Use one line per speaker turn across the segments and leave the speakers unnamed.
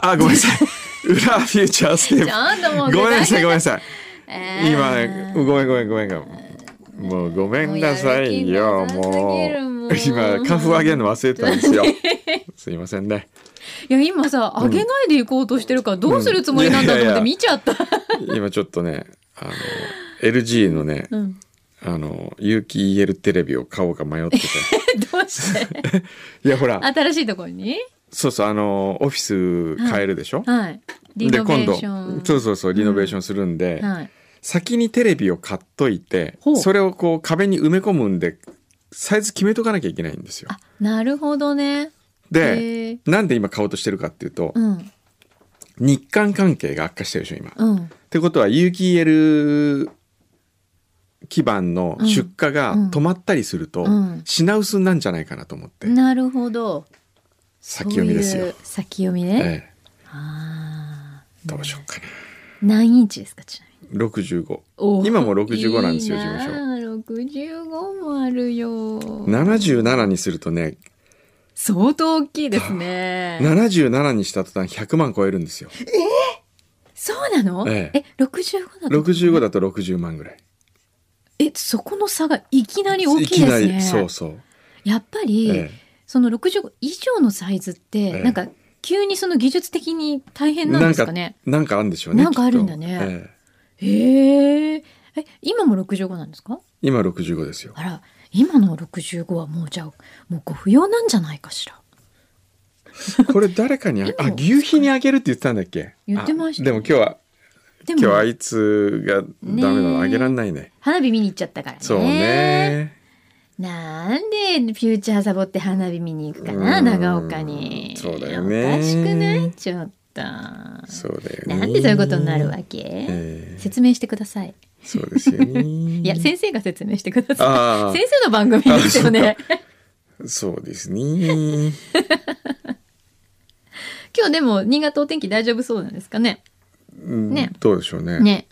あ、ごめんなさい。 裏フューチャース
ち
テ
ょ
ッ
っともう
プ。ごめんなさい、ごめんな
さ
さい。今、ごめん、ごめん、ごめん、ごめん。もうごめんなさいよ、
もう
も
やる気なさすぎ
う
るもう。
今、カフ上げるの忘れてたんで すよ。すいませんね。
いや今さ上げないでいこうとしてるからどうするつもりなんだと思って見ちゃった、
今ちょっとね、あの、LG のね、
うん、
あの、有機 EL テレビを買おうか迷っ てて。
どうして
いや、ほら、
新しいところに
そうそう、あの、オフィス変えるでしょ、
はいリ
で
ノベ
今
ー
度
ション
そうそうそうリノベーションするんで、
はい、
先にテレビを買っといて
ほう
それをこう壁に埋め込むんでサイズ決めとかなきゃいけないんですよ
あ。なるほどね
で
へえ
なんで今買おうとしてるかっていうと、
うん
日韓関係が悪化してるでしょ今。っ
うん
てことは有機 EL 基盤の出荷が
うん
止まったりすると、
うん
品薄になんじゃないかなと思って、
なるほど
先読みです
そういう
よ。
先読みね、
ええ
あー
どうしようかな。
何インチですかちなみに
65。
おー
今も65なんですよ
いいな
事務所
65もあるよ
77にするとね
相当大きいですね
77にした途端100万超えるんですよ。
そうなの
え
え
え
65なの
65だと60万ぐらい。
えそこの差がいきなり大きいです
きな
ね
りそうそう。
やっぱり、
え
その65以上のサイズって、
え
なんか急にその技術的に大変なんですかね
なんかあるんでしょうね。
なんかあるんだね
きっとええ
へええ今も65なんですか
今65ですよ。
あら今の65はもうじゃあもうご不要なんじゃないかしら
これ誰かにあ、あ、牛皮にあげるって言ってたんだっけ
言ってましたね
あでも今日は、
で
今日
も
あいつがダメな
ね
の
え
あげらんないね。
花火見に行っちゃったからね
そうね。
なんでフューチャーサボって花火見に行くかな
うん
長岡に
そうだよね
おかしくないちょっと
そうだよね。
なんでそういうことになるわけ、
ええ
説明してください
そうですよね。い
いや先生が説明してください
あ
先生の番組ですよ
あ
ね
あ、そうですね。
今日でも新潟お天気大丈夫そうなんですかね
うん
ね
どうでしょうね。
ね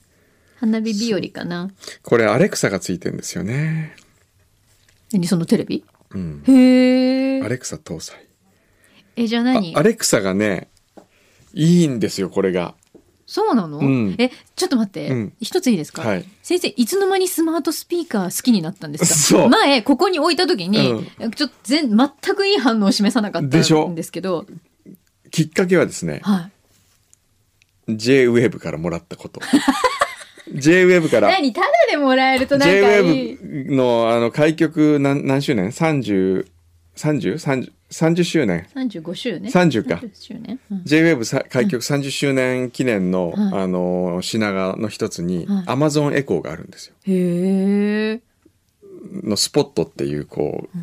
花火日和かな
これアレクサがついてんですよね。
何そのテレビ
うん。
へ
ア
え
レクサ搭載。
えじゃあ
あ
何
アレクサがね、いいんですよ、これが。
そうなの、
うん
えちょっと待って、
うん
一ついいですか、
はい
先生いつの間にスマートスピーカー好きになったんです
そう
か前ここに置いた時に、ちょっと全全くいい反応を示さなかった
でしょ
んですけど
きっかけはですね、
はい
JWave からもらったこと。JWave から、
何ただでもらえるとなんかいい
JWave のあの開局何何周年 ?30、30、30、30周年。
35周年
30か
周年、うん
JWave さ開局30周年記念の、
はい
あの、品がの一つに、
はい
Amazon エコーがあるんですよ。
へえ
のスポットっていう、こう、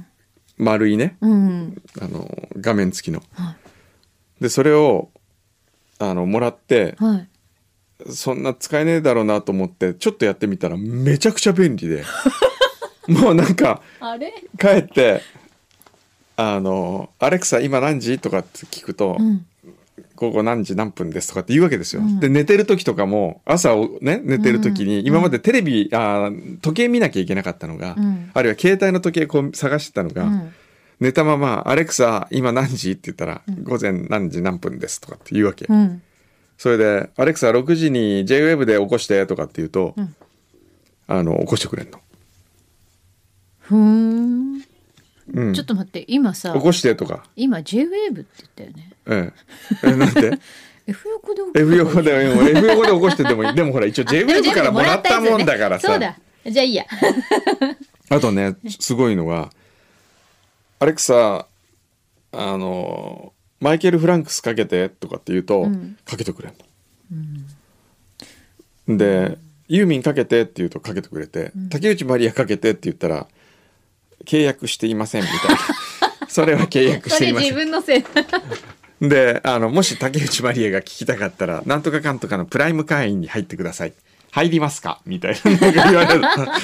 丸いね、
うん
あの画面付きの、
は
でそれをあのもらって
はい
そんな使えねえだろうなと思ってちょっとやってみたらめちゃくちゃ便利で もうなんか
あれ
帰って「あのアレクサ今何時?」とかって聞くと「
うん
午後何時何分です」とかって言うわけですよ。
うん
で寝てる時とかも朝をね寝てる時に、
うん
今までテレビあー時計見なきゃいけなかったのが、
うん
あるいは携帯の時計こう探してたの
う
が。
ん
寝たまま「アレクサ今何時?」って言ったら「
うん
午前何時何分です」とかって言うわけ、
うん
それで「アレクサ6時に JWEB で起こして」とかって言うと、
うん
あの起こしてくれんの、
ふーん
うん、
ちょっと待って今さ
起こしてとか
今 JWAVE って言ったよね
えええなんて
F 横で起きた
F 横でも F 横で起こしててもいいでもほら一応 JWEB からもらったもんだからさ、
そうだ。じゃあいいや。
あとねすごいのが「アレクサあのマイケル・フランクスかけて」とかって言うと、
うん
かけてくれんの。で「ユーミンかけて」って言うとかけてくれて「竹内まりやかけて」って言ったら「契約していません」みたいな。 それは契約し
そ
て
れ
いませ
自分
ん。
のせい。
で、あの、もし竹内まりやが聞きたかったら、なんとかかんとかのプライム会員に入ってください。入りますかみたいなのが言われた。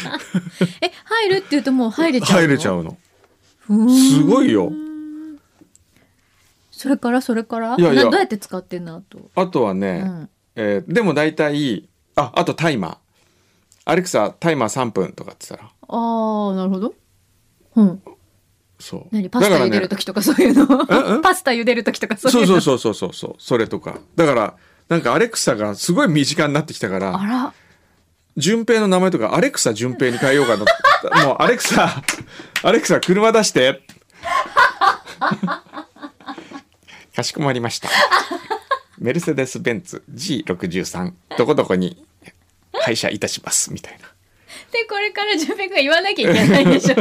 え、入るって言うともう入れちゃうの。
入れちゃ
う。
うの。すごいよ。
それからそれから
いやいや
などうやって使ってんのあと。
あとはね、
うん
えーでも大体ああとタイマーアレクサタイマー3分とかって言ったら
ああ、なるほど。うん。
そう
何パスタ茹でる時とかそういうの、
ええ
パスタ茹でる時とかそう
そ
いうう
そ
の
うそうそうそうそうそれとかだからなんかアレクサがすごい身近になってきたか
あ
ら
ら
順平の名前とかアレクサ順平に変えようかな もうアレクサアレクサ車出して かしこまりましたメルセデス・ベンツ G63 どこどこに廃車いたしますみたいな
でこれから順平君が言わなきゃいけないで しょ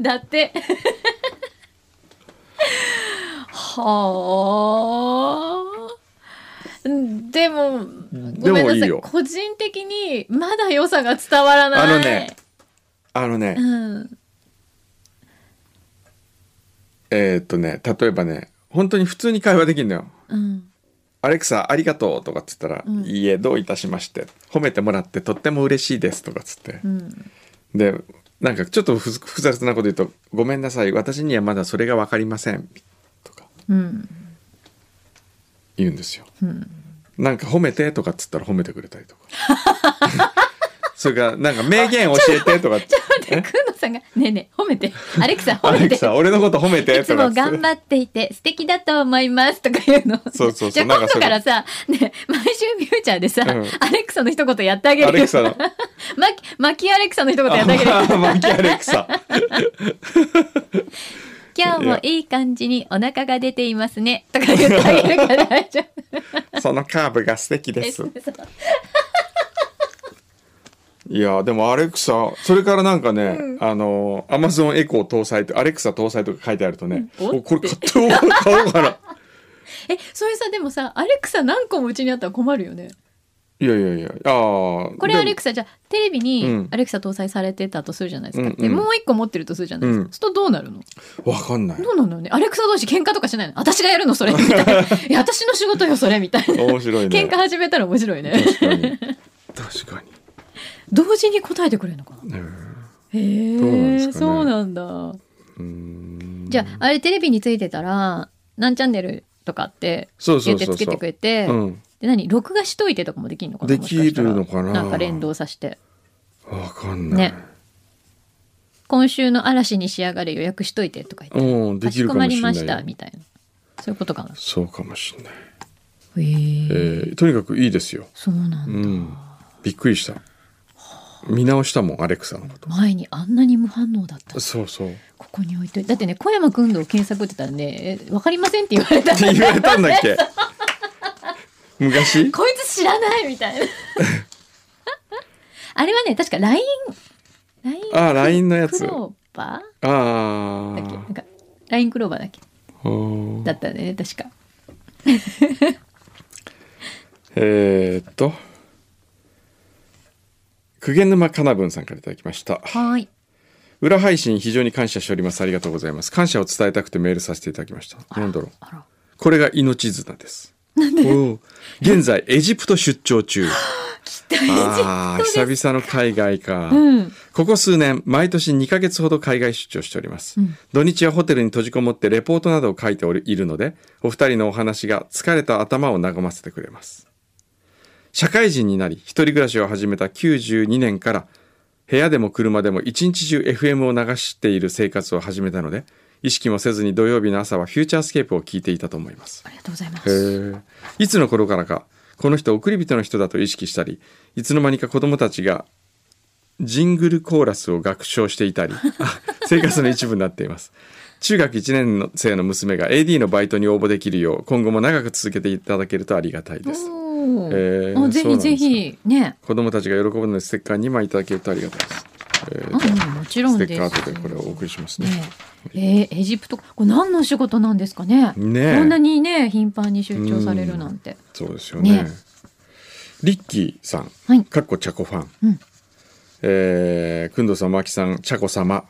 だってはあでもごめんなさい
でもいいよ
個人的にまだ良さが伝わらない
あのねあのね
うん
えーっとね例えばね本当に普通に会話できるのよ
うん
アレクサ、ありがとうとかっつったら、
ん
いいえ、どういたしまして、褒めてもらってとっても嬉しいですとかっつって
う、ん
で、なんかちょっとふ複雑なこと言うと、ごめんなさい、私にはまだそれがわかりませんとか
うん
言うんですよ。
うん
なんか褒めてとかっつったら褒めてくれたりとか。 それから、なんか名言教えて とかっつって
で、くんのさんが、ねえねえ、褒めて。アレクサ、
ア
褒め
レ
て。
ク
いつ
サ、俺のこと褒めてとか
も
っつって
頑張っていて、素敵だと思います。とか言うの。
そうそうそう
じゃあ
なん
今
か
度
それ
からさ、ねえ、毎週フューチャーでさ、
うん
アレクサの一言や ってあげるよ。
アレクサの
マキ、マキアレクサの一言やってあげるよ。
あマキアレクサ。
今日もいい感じにお腹が出ていますね。とか言ってあげるから大丈夫
そのカーブが素敵で
ですす。。
いやでもアレクサそれからなんかね、あのアマゾンエコー搭載ってアレクサ搭載とか書いてあるとね、
うんお
おこれ買っておこう買おうかな
え、それさ、でもさ、アレクサ何個もうちにあったら困るよね。
いやいやいやあー
これアレ
ク
クサ、じゃあテレビ
う
に
ん
アレクサ搭載されてたとするじゃないですか。
うんうん
で、もう一個持ってるとするじゃないですか。
う
そ
ん
うするとどうなるの
サわかんない
どうなんだろうね。アレクサ同士喧嘩とかしないの私がやるのそ れみたいな。いや、私の仕事よそれみたいな。
面白いね
喧嘩始めたら面白いね。
確かに確か
同時に答えてくれるのかな
に、うん
へえ、
どうなんですかね
そうなんだ。
うーん
じゃあ、あれテレビについてたら、何チャンネルとかって
そうそ
言っ
う
て
そう
つけ
そ
て
う
くれて、
うん
で、何録画しといてとかもできるのかな
できるのかな
もししたらなんか連動させて。
わかんない、
ね今週の嵐に仕上がれ予約しといてとか言って。
うんできるかもしれな
かしこまりました、
い
みたいな。そういうことかな。
そうかもしれない、
へ
え
え、
ーとにかくいいですよ、
そうなんだ。
うん、びっくりした見直したもんアレクサのこと
前にあんなに無反応だったの
そうそう
ここに置いといてだってね小山君の検索って言ったらね「えわかりません」って言われた
っ
ら
て言われたんだっ け昔
こいつ知らないみた いなあれはね確か LINE LINE
あ LINE のや
ク
つ
ローバ
あ
ーだっけな
ー
んか LINE クローバーだっけ
あー
だったんだよね確か
えーっと久毛沼かなぶんさんからいただきました
はーい
裏配信非常に感謝しておりますありがとうございます感謝を伝えたくてメールさせていただきましたなんだろう
あら
これが命綱ですなんで現在エジプト出 張中ああー久々の海外か、
うん
ここ数年、毎年2ヶ月ほど海外出張しております。
うん
土日はホテルに閉じこもってレポートなどを書いておりいるので、お二人のお話が疲れた頭を和ませてくれます。社会人になり、一人暮らしを始めた92年から、部屋でも車でも一日中 FM を流している生活を始めたので、意識もせずに土曜日の朝はフューチャースケープを聞いていたと思います。
ありがとうございま
へ
す
えいつの頃からかこの人送り人の人だと意識したりいつの間にか子供たちがジングルコーラスを学唱していたり あ生活の一部になっています中学1年の生の娘が AD のバイトに応募できるよう今後も長く続けていただけるとありがたいです
お
へえ
ーあぜひぜひね
子供たちが喜ぶのでステッカー2枚いただけるとありがたいです、えー
あうんもちろんで
ステ
す
ッカー後でこれをお送りしますね
ねえーエジプトこれ何の仕事なんですかね
ねえ
こんなにね頻繁に出張されるなんて
そうですよね
ね
リッキーさん
はい
かっこチャコファン、
うん
えー、くんどさんまきさんチャコ様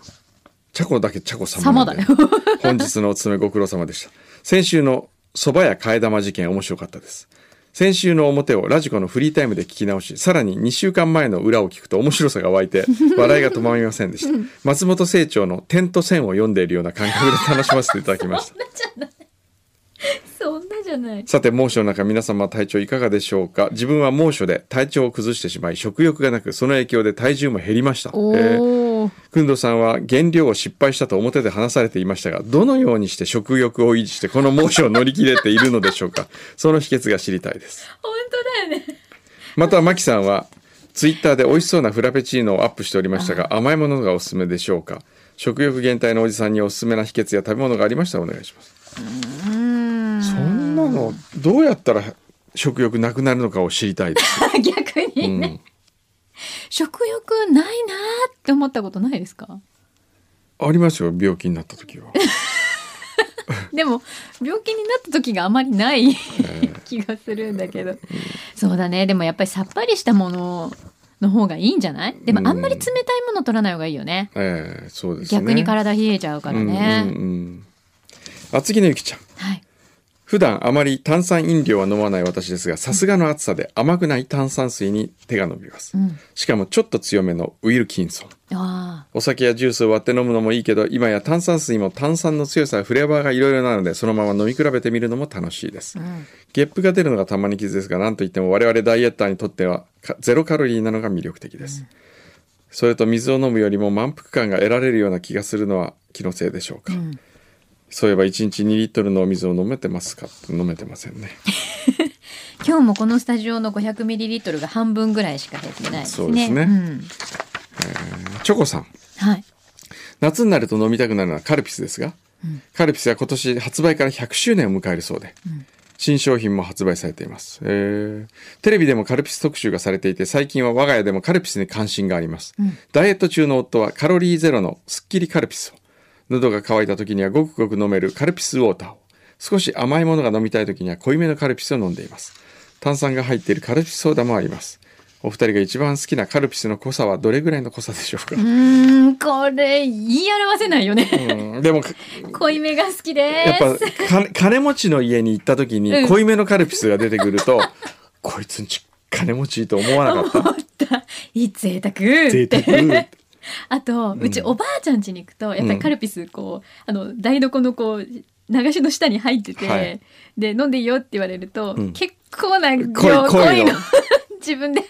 チャコだけチャコ様
様だ
なん
よ
本日のお勤めご苦労様でした先週の蕎麦屋替え玉事件面白かったです先週の表をラジコのフリータイムで聞き直しさらに2週間前の裏を聞くと面白さが湧 いて笑いが止まりませんでした松本清張の「点と線」を読んでいるような感覚で楽しませていただきました
そんなじゃない
さて猛暑の中皆様体調いかがでしょうか自分は猛暑で体調を崩してしまい食欲がなくその影響で体重も減りました、え
おーお
工藤さんは原料を失敗したと表で話されていましたがどのようにして食欲を維持してこの猛暑を乗り切れているのでしょうか その秘訣が知りたいです
本当だよね
またマキさんはツイッターで美味しそうなフラペチーノをアップしておりましたが甘いものがおすすめでしょうか食欲減退のおじさんにおすすめな秘訣や食べ物がありましたらお願いしますそんなのどうやったら食欲なくなるのかを知りたいです、
逆
う
にね、
ん、
食欲ないなーって思ったことないですか
ありますよ病気になった時は
でも病気になった時があまりない 気がするんだけど、そうだねでもやっぱりさっぱりしたものの方がいいんじゃないでもあんまり冷たいもの取らない方がいいよね、
ええそうですね
逆に体冷えちゃうからね、
うんうんうん、厚木のゆきちゃん
はい
普段あまり炭酸飲料は飲まない私ですがさすがの暑さで甘くない炭酸水に手が伸びます、
うん
しかもちょっと強めのウィルキンソン
あ
お酒やジュースを割って飲むのもいいけど今や炭酸水も炭酸の強さやフレーバーがいろいろなのでそのまま飲み比べてみるのも楽しいです、
あ、うん、
ゲップが出るのがたまに傷ですが何といっても我々ダイエッターにとってはかゼロカロリーなのが魅力的です、それと水を飲むよりも満腹感が得られるような気がするのは気のせいでしょうか、
ん
そういえば1日2リットルのお水を飲めてますか飲めてませんね
今日もこのスタジオの 500ml が半分ぐらいしか減ってないですね
そうですね
ん、
チョコさん
はい
夏になると飲みたくなるのはカルピスですが、カルピスは今年発売から100周年を迎えるそうで、新商品も発売されています、えーテレビでもカルピス特集がされていて最近は我が家でもカルピスに関心があります、ダイエット中の夫はカロリーゼロのすっきりカルピスを喉が渇いた時にはごくごく飲めるカルピスウォーターを少し甘いものが飲みたい時には濃いめのカルピスを飲んでいます炭酸が入っているカルピスソーダもありますお二人が一番好きなカルピスの濃さはどれぐらいの濃さでしょうか
う、ーんこれ言い表せないよ ね、
うんでも
濃いめが好きです
やっぱか金持ちの家に行った時
うん
に濃いめのカルピスが出てくると、 こいつんち金持ちいいと思わなかっ
思ったいい贅沢
た
っ
贅
て
沢
あと、うちおばあちゃん家に行くとやっぱりカルピスこう、あの台所のこう流しの下に入ってて、
はい
で飲んでいいよって言われると、
うん
結構な量
濃い濃いの
濃いの 自分で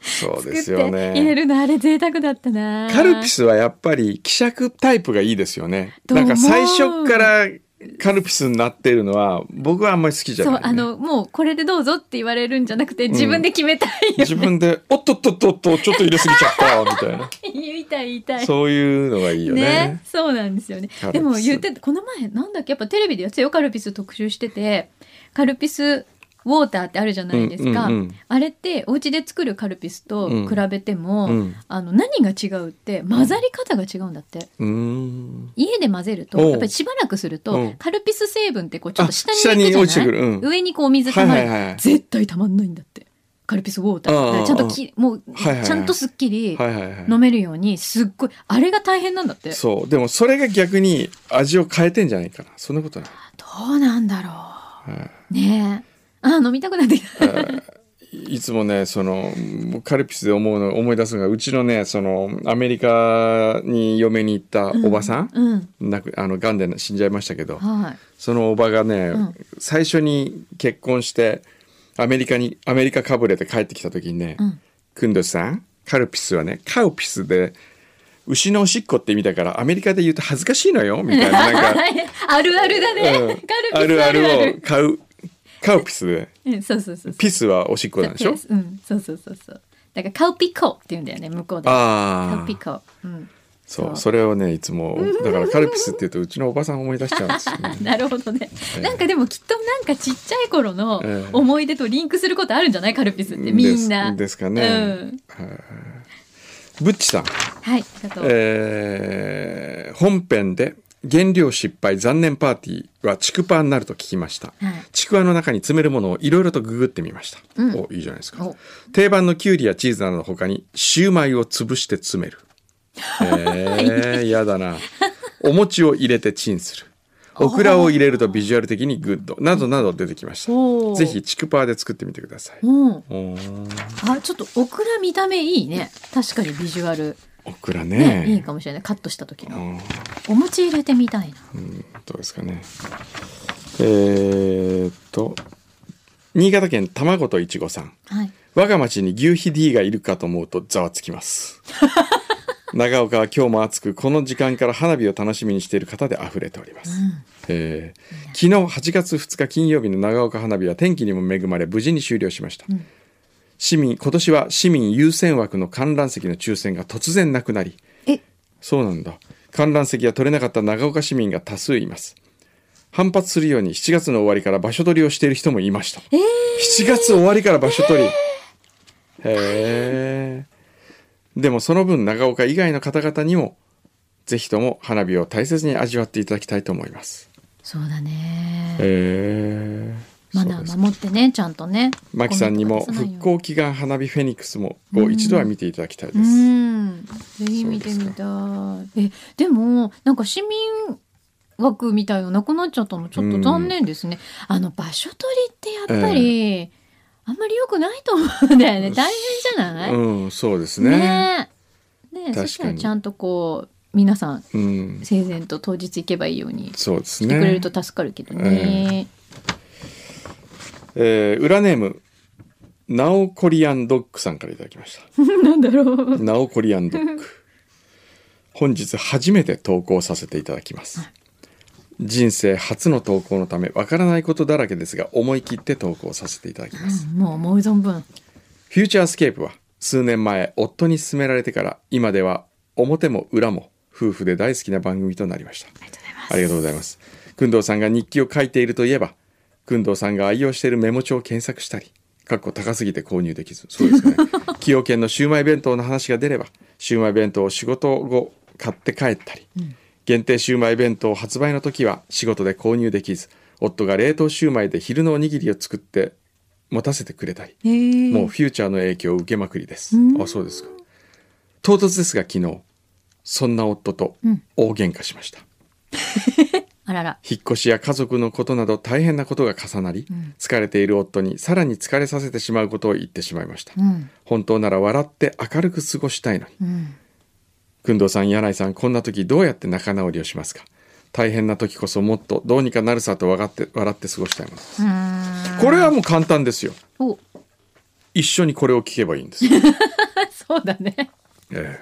そう
作
で
っ
す
て
よ
入れ
ね
るのあれ贅沢だったな
カルピスはやっぱり希釈タイプがいいですよね
と思
な
うん
か最初からカルピスになってるのは僕はあんまり好きじゃ
そ
な
う
い、ね、
あのもうこれでどうぞって言われるんじゃなくて自分で決めたいよ、
自 分で「おっとっとっとっとちょっと入れすぎちゃった」みたいな
言いたい言いたい
そういうのがいいよね
そうなんですよね
カル
で
ピス
も言ってこの前なんだっけやっぱテレビでやつよカルピス特集しててカルピスウォーターってあるじゃないですか、
うんうんうん
あれってお家で作るカルピスと比べても、
うん
あの何が違うって混ざり方が違うんだって
うーん
家で混ぜると
おう
やっぱりしばらくする
う
と
ん
カルピス成分ってこうちょっと下
あ下
に
に
行く
落
じ
ち
ゃ
て
な
く
い
るうん
上にこう水たまる、
はいはいはい
絶対たまんないんだってカルピスウォーターだからちゃんときもう
はいはいはい
ちゃんとすっきり
はいはいはい
飲めるようにすっごいあれが大変なんだって
そうでもそれが逆に味を変えてんじゃないかなそんなことない、
どうなんだろ
はいう
ねえあ飲みたくなってきた
いつもねそのカルピスで思うの思い出すのがうちのねそのアメリカに嫁に行ったおばさん、
うん
なくあの癌で死んじゃいましたけど
はい
そのおばがね、
うん
最初に結婚してアメリカにアメリカかぶれて帰ってきた時にね
うん
「くんどさんカルピスはねカウピスで牛のおしっこって意味だからアメリカで言うと恥ずかしいのよ」みたいななんか、
あるあるだね、
う
カ
ん
ルピスあるある
あるを買うカウピスで
うんそうそうそうそう
ピスはおしっこなんでしょ
ペースうんそうそうそうそうだからカウピコって言うんだよね向こうでカ
あ
ウ
あ
ピコうん
そ
そう
うそれをねいつもだからカルピスって言うとうちのおばさん思い出しちゃうんですよね
なるほどね、
え
なんかでもきっとなんかちっちゃい頃の
ええ
思い出とリンクすることあるんじゃないカルピスって みんな
ですですかね
うん、
ブッチさん、
はいありがとう、
えー本編で原料失敗残念パーティーはちくぱになると聞きました、
はい
ちくわの中に詰めるものをいろいろとググってみました、
うん
おいいじゃないですか
お
定番のきゅうりやチーズなどの他にシューマイを潰して詰 めるえー、やだなお餅を入れてチンするオクラを入れるとビジュアル的にグッドなどなど出てきました
おー
ぜひちくぱで作ってみてください
うん
おー
あちょっとオクラ見た目いいね確かにビジュアル、
オクラ
ね
ね
いいかもしれないカットした時
う
の
ん
お餅入れてみたいな
どうですかねえー、っと新潟県卵といちごさん
はい
我が町に牛皮 D がいるかと思うとざわつきます長岡は今日も暑くこの時間から花火を楽しみにしている方で溢れております、えー昨日8月2日金曜日の長岡花火は天気にも恵まれ無事に終了しました、市民今年は市民優先枠の観覧席の抽選が突然なくなり
え
そうなんだ観覧席が取れなかった長岡市民が多数います反発するように7月の終わりから場所取りをしている人もいました、7月終わりから場所取り、へえでもその分長岡以外の方々にもぜひとも花火を大切に味わっていただきたいと思います
そうだね
へえ
マナー守ってねちゃんとね
マキさんにも
コメント
復
とか出さないよ
興祈願花火フェニックスもを一度は見ていただきたいで
う
す
んぜひ見てみたいえでもなんか市民枠みたいのなくなっちゃったのちょっと残念ですね、あの場所取りってやっぱり、あんまり良くないと思うんだよね大変じゃない、
うんそうですね
ねえねえ
確かに
そしたらちゃんとこう皆さん
うん
整然と当日行けばいいようにし
そうです
てくれ
ね
ると助かるけどね。
えー裏ネームナオコリアンドッグさんからいただきました
なんだろう。
ナオコリアンドッグ本日初めて投稿させていただきます人生初の投稿のためわからないことだらけですが思い切って投稿させていただきます
うんもう思う存分。
フューチャースケープは数年前夫に勧められてから今では表も裏も夫婦で大好きな番組となりました
ありがとうございます。
ありがとうございます工藤さんが日記を書いているといえば工藤さんが愛用しているメモ帳を検索したりかっこ高すぎて購入できずそう ですね崎陽軒のシウマイ弁当の話が出ればシウマイ弁当を仕事後買って帰ったり、限定シウマイ弁当発売の時は仕事で購入できず夫が冷凍シウマイで昼のおにぎりを作って持たせてくれたり
へえ
もうフューチャーの影響を受けまくりです。あ、そうですか。唐突ですが昨日、そんな夫と大喧嘩しました。
あらら。
引っ越しや家族のことなど大変なことが重なり、疲れている夫にさらに疲れさせてしまうことを言ってしまいました。
うん
本当なら笑って明るく過ごしたいのに。
うん。
くんどうさん、柳井さん、こんな時どうやって仲直りをしますか大変な時こそもっとどうにかなるさと笑って笑って過ごしたいものです。
うーん
これはもう簡単ですよ。
お、
一緒にこれを聞けばいい んです。
そうだね。
ええ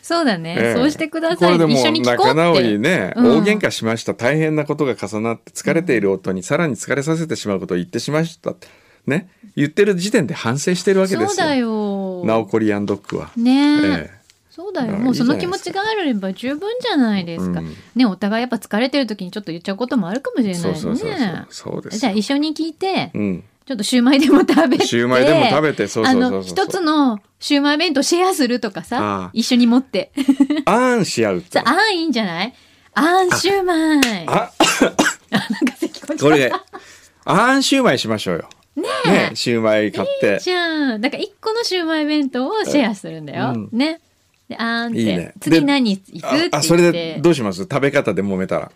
そうだね。
ええ
そうしてくだ
こ
さい。
れでも
一緒に聞こうって。
仲直りね、
うん
大喧嘩しました大変なことが重なって疲れている夫にさらに疲れさせてしまうことを言ってしまいましたってね言ってる時点で反省してるわけですよ
そうだよ。
ナオコリアンドッグは、
ねえ。
ええ
そうだよ。
まあ
もういそ
い
の
じ
気
ゃ
持
ないです
ち
か
があれば十分じゃないですか。
うん
ね、お互いやっぱ疲れてる時にちょっと言っちゃうこともあるかもしれないね。
そうそうそうそうそうです
じゃあ
よ
一緒に聞いて、
うん
ちょっとシューマイでも食べて。
シューマイでも食べてそうそうそうそう
あの、一つのシューマイ弁当シェアするとか
あ
さ
あ、
一緒に持って。
あんし合うって
さあ、あんいいんじゃないあんシューマイ。あ、
あ
なんか咳込んじゃ
こ
った
れあんシューマイしましょうよねえシューマイ買って
じゃん。だから一個のシューマイ弁当をシェアするんだよ。
うん
ね。で、あんって。
いいね
次
で
何行くって言って。
ああそれでどうします食べ方で揉めたら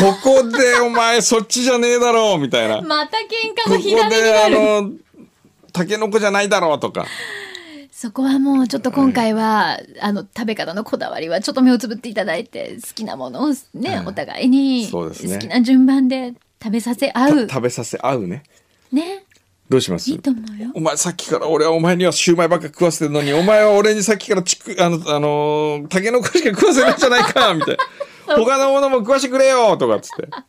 こ こでお前そっちじゃねえだろうみたいな
また喧嘩
こ
の
こ
火種に
で
な
あ
る。
のタケノコじゃないだろうとか
そこはもうちょっと今回は、あの食べ方のこだわりはちょっと目をつぶっていただいて好きなものをね、
うん
お互いに
そう
好
ですね
きな順番で食べさせ合う
食べさせ合うね
ね
どうします
いいと思うよ
お前さっきから俺はお前にはシューマイばっか食わせてるのにお前は俺にさっきからちくあのあのータケノコしか食わせないじゃないかみたい な他のものも食わしてくれよとかっつって
だか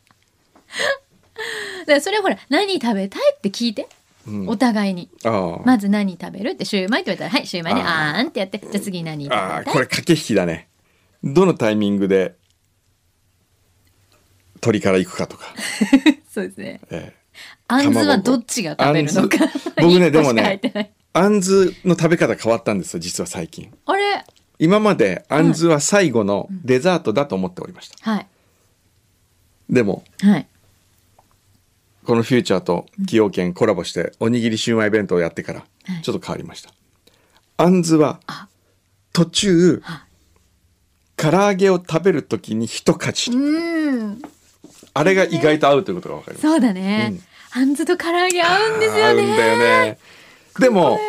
らそれはほら何食べたいって聞いて、お互いに
ああ、
まず何食べるってシューマイって言われたら「はいシューマイね
あ
あーん」ってやってじゃあ次何食べ
あ
た
あ
い
これ駆け引きだねどのタイミングで鳥から行くかとか、
そうですね
ええ
あんずはどっちが食べるのか
あん
一個
ず僕ねで
しか入
もね
ってない
あんずの食べ方変わったんですよ実は最近
あれ
今まであんずは最後のデザートだと思っておりました、
はい
でも
はい
このフューチャーと崎陽軒コラボしておにぎりシューマイ弁当をやってから
はい
ちょっと変わりました、あんずは
あ
途中
は
唐揚げを食べる時に一かじり、
うん
あれが意外と合うということが分かります
そうだね、あんずと唐揚げ合うんです
合
よ
うん
ね
だよねでも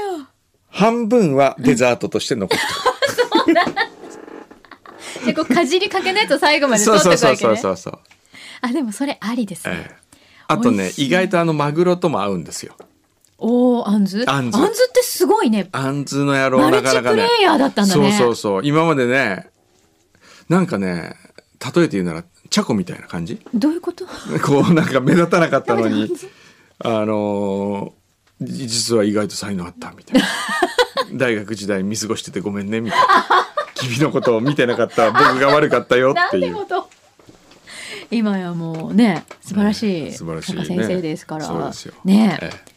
半分はデザートとして残って
でこうかじりかけないと最後 ま
る
で
そ
取
う
って
そ
く
う
わけ
そ
ね
うそうそうそう
あでもそれありですね、
ええあと
美
ね
味しい
意外とあのマグロとも合うんですよ
おー、あんず
あんず
ってすごいね。
あんずの野郎
マル
な
チ
かなか
プ
ね
レイヤーだったんだ
そう
ね。
そうそう今までねなんかね例えて言うならチャコみたいな感じ
どういうこと
こうなんか目立たなかったのに
どういうこ
あのーじ実は意外と才能あったみた いな大学時代見過ごしててごめんねみたいな君のことを見てなかった僕が悪かったよ
な
って
ん
い
て
う
こと 今やもうね、素晴らしい、
ね素晴らしいね
坂先生ですから。
そうですよ
ね
ええ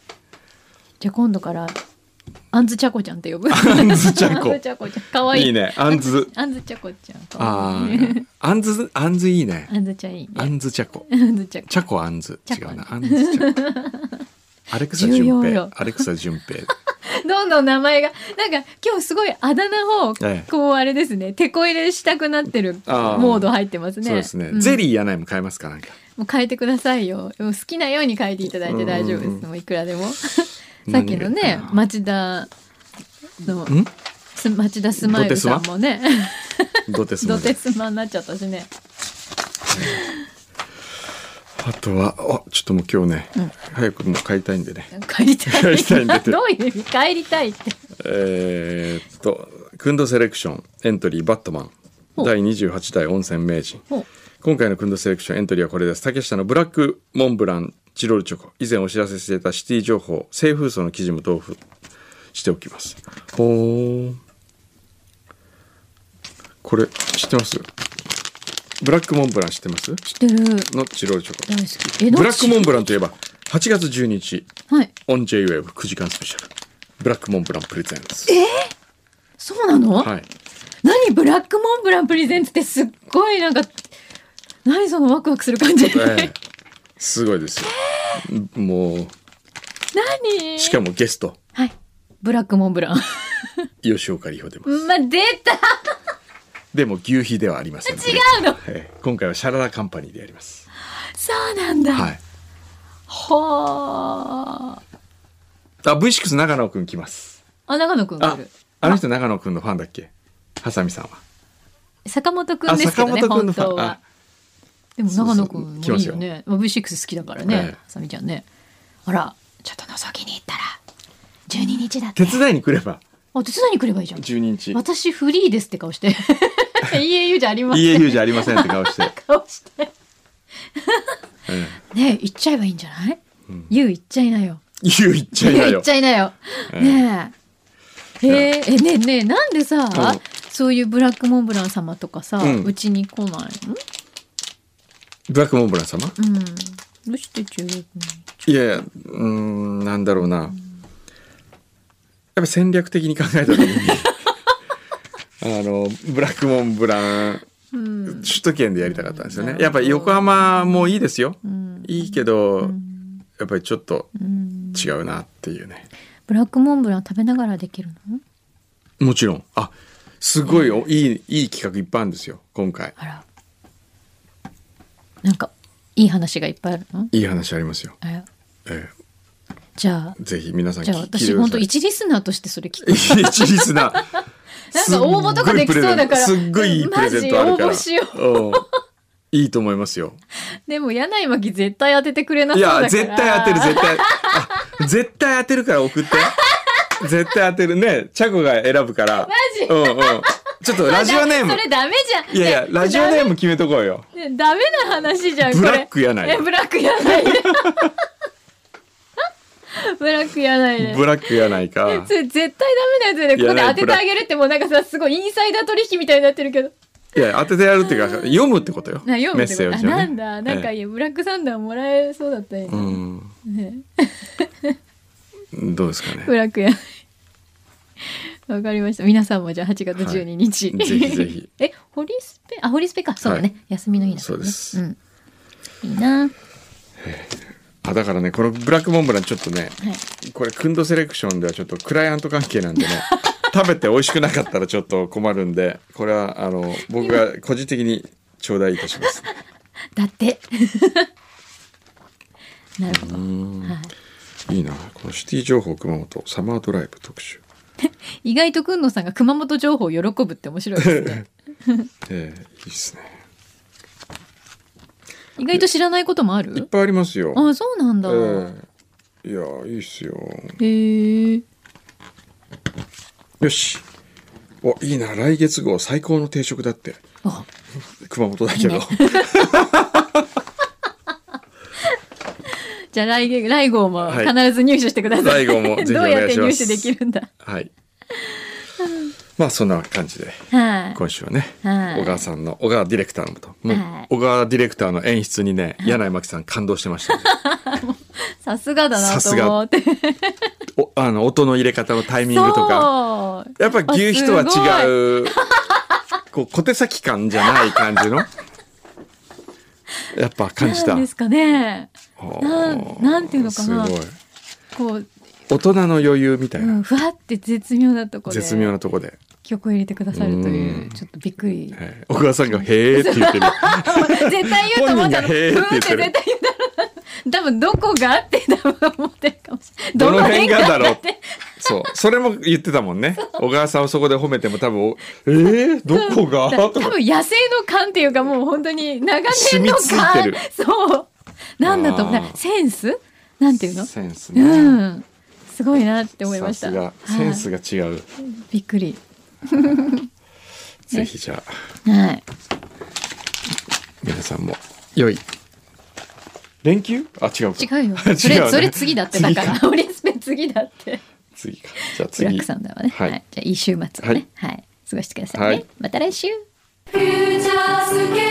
じゃあ今度から、あんずちゃこちゃんって呼ぶ。
あんずちゃ
あ
こ
んずちゃこちゃん。かわいい。
いいねあんず
あんずちゃこちゃん。かわ
あ
いい
ーあんずあんずいいね
あんずちゃんいいね。
あんずチャコ
あんずちゃこ。
チャコあんず
チ
違
ャコ
うなあんずチ ャコアレクサ純
重要
平
よ
アレクサ純 平
どんどん名前が、なんか今日すごいあだ名を、
ええ
こうあれですね、手こ入れしたくなってる
あー
モード入ってますね。
そうですね、
ん
ゼリーやないも買えますかなんか
もう変えてくださいよ。でも好きなように変えていただいて大丈夫です。
うん
もういくらで も。さっ
何
き
が
の
いいか
ね
な、
町田の、
ん
す町田スマイルさんもね、
ドテスマ
ド
で
テスマになっちゃったしね。
あとはあちょっともう今日ね、早くもう帰りたいんでね
帰りたい。
帰りたいんだって
どういう意味帰りたいって。
えーっと「クンドセレクションエントリーバットマン」
ほう
第28代温泉名人
ほう
今回のクンドセレクションエントリーはこれです竹下のブラックモンブランチロルチョコ以前お知らせしていたシティ情報清風層の記事も同封しておきますほーこれ知ってますブラックモンブラン知ってます
知ってる。
のチロルチョコ
大好き。え、
ブラックモン
ブ
ブランといえば8月12日
はい。
オン JWAVE9 時間スペシャルブラックモンブランプレゼンス
そうなの、
はい
何ブラックモンブランプレゼンツってすっごいなんか、何そのワクワクする感じ。
ええすごいですよ。も
何
う、しかもゲスト、
はい。ブラックモンブラン。
吉岡里帆でも。
まあ、出た
でも、牛皮ではありません、
違うの
ええ今回はシャララカンパニーでやります。
そうなんだ。
はい。
ほー。
あ、V6 長野くん来ます。
あ、長野くんがい
あ
る。、
あの人長野くんのファンだっけハサミさんは。
坂本く
あ、
んですけどね、本当は
あ。、
でも長野くんも
そうそう
いいよね。まあ V6 好きだから
ええ
ね、あさみちゃんね。あら、ちょっと覗きに行ったら、12日だって。
手伝いに来れば、
あ、手伝いに来ればいいじゃん。
12日。
私フリーですって顔 して。EAU じゃありません。
EAU じゃありませんって顔 して。
顔して。
え
ねえ、行っちゃえばいいんじゃない、ゆう行っちゃいなよ。
え言う言っちゃいな
行
よ
っち。ゃいなよ。
え
ねえ。へええねえねえなんでさ、
ん
そういうブラックモンブラン様とかさ、
うん
うちに来ないの
ブラックモンブラン様
うんどうして中国に
いやいや、うーん、なんだろうな。やっぱ戦略的に考え た時に、あの、ブラックモンブラン、
うん
首都圏でやりたかったんですよね
う。ん
やっぱり横浜もいいですよ。
うん
いいけど、
うん
やっぱりちょっと
うん
違うなっていうね。
ブラックモンブラン食べながらできるの
もちろん。あ、すごいお、いい、いい企画いっぱいあるんですよ、今回。
あらなんかいい話がいっぱいあるの
いい話ありますよ。
あら
え
じゃあ
えぜひ皆さん
じゃあ
聞いて
私
くだ
本
さ
当
い。
一リスナーとしてそれ 聞く
一リスナー。
なんか応募とかできそうだから
すっごいいいプレゼントあるから。
マジ応募しよ
うんいいと思いますよ。
でも柳井真紀絶対当ててくれない そうだから
や、絶対当てる、絶対。あ絶対当てるから送って。絶対当てるね。チャコが選ぶから。マ
ジ
うんうん。ちょっとラジオネーム
そ。れダメじゃん
いやいや、
ね
ラジオネーム決めとこうよ。
ねダメな話じゃんこれ
ブラックやない
えブラックやないねブラックやないね
ブラックやないか。
それ絶対ダメなやつでここで当
やない
ててあげるってもうなんかさすごいインサイダー取引みたいになってるけど
いや、当ててやるっていうか、読むってことよ。
な読む
メ
っ
ッ
て
セ
こ
ー
とあ
ジをね。
なんだなんか
え
いやブラックサンダーもらえそうだったよ
えう
ね
ん。
ね
どうですかね
ブ。ラックやないわかりました皆さんもじゃあ8月12日、
はいぜひぜひ
えホリスペあホリスペかそうだね、
は
休みの日だからね
そうです
ん、いいなはい
あ、だからね、このブラックモンブランちょっとね、これクンドセレクションではちょっとクライアント関係なんでね食べて美味しくなかったらちょっと困るんでこれはあの僕が個人的に頂戴いたします
だって なるほど、はい
いなこのシティ情報熊本サマードライブ特集、
意外とくんのさんが熊本情報を喜ぶって面白いです ね
ええいいですね
意外と知らないこともあ
いっ
る
ぱいありますよ
あそうなんだ、
ええいやーいいっすよ
へえ
よしおいいな来月号最高の定食だって
あ
熊本だけど、
いいねじゃあ来月来号も
はい
必ず入手してください、
来号もぜひお
どうやっ
願い
て
し
入
ま
手
す
できるんだ
はいまあそんな感じで
はい、
今週はね、
はい
小川さんの小川ディレクターのこともう
はい
小川ディレクターの演出にね柳井真紀さん感動してましたね、
さすがだな
さ
と
すが
思って
おあの音の入れ方のタイミングとか
そう
やっぱ牛皮とは
あすごい
違うこう小手先感じゃない感じのやっぱ感じた
なんですかね
あー
なんなんていうのかな
すごい
こう、
大人の余裕みたいうな、
ん、ふわって絶妙なとこで
絶妙なとこで、
曲を入れてくださるといううんちょっとびっくり
はい小川さんが「へえ」って 言ってる
絶対言うと思ったの
本人がへー
ふ
って
ーっ
言って
て
る
絶対言うだろうな多分どこがって多分思ってるかもしれない
どの辺がだろう
って
そうそれも言ってたもんね小川さんをそこで褒めても多分「えー、ど こが?」
多
とか
分野生の感っていうかもう本当に長年の
染
感
みつ
そうなんだと思う
あ
だ
ー
からセンスなんていうの
センスね、
うんすごいなって思いま
さ
した
すが
はい
センスが違う、
びっくり
ぜひじゃあ
はい
皆さんも良い連休あ違うか
違うよ
違うね
それそれ次だってだ
次
か
から
オリスペ次だって
次かじゃあ
ブラッ
次
クさんだわね、
は
はいいじゃあいい週末をねはい、過ごしてくださいね、
はい
また来週
「フューチャースケープ」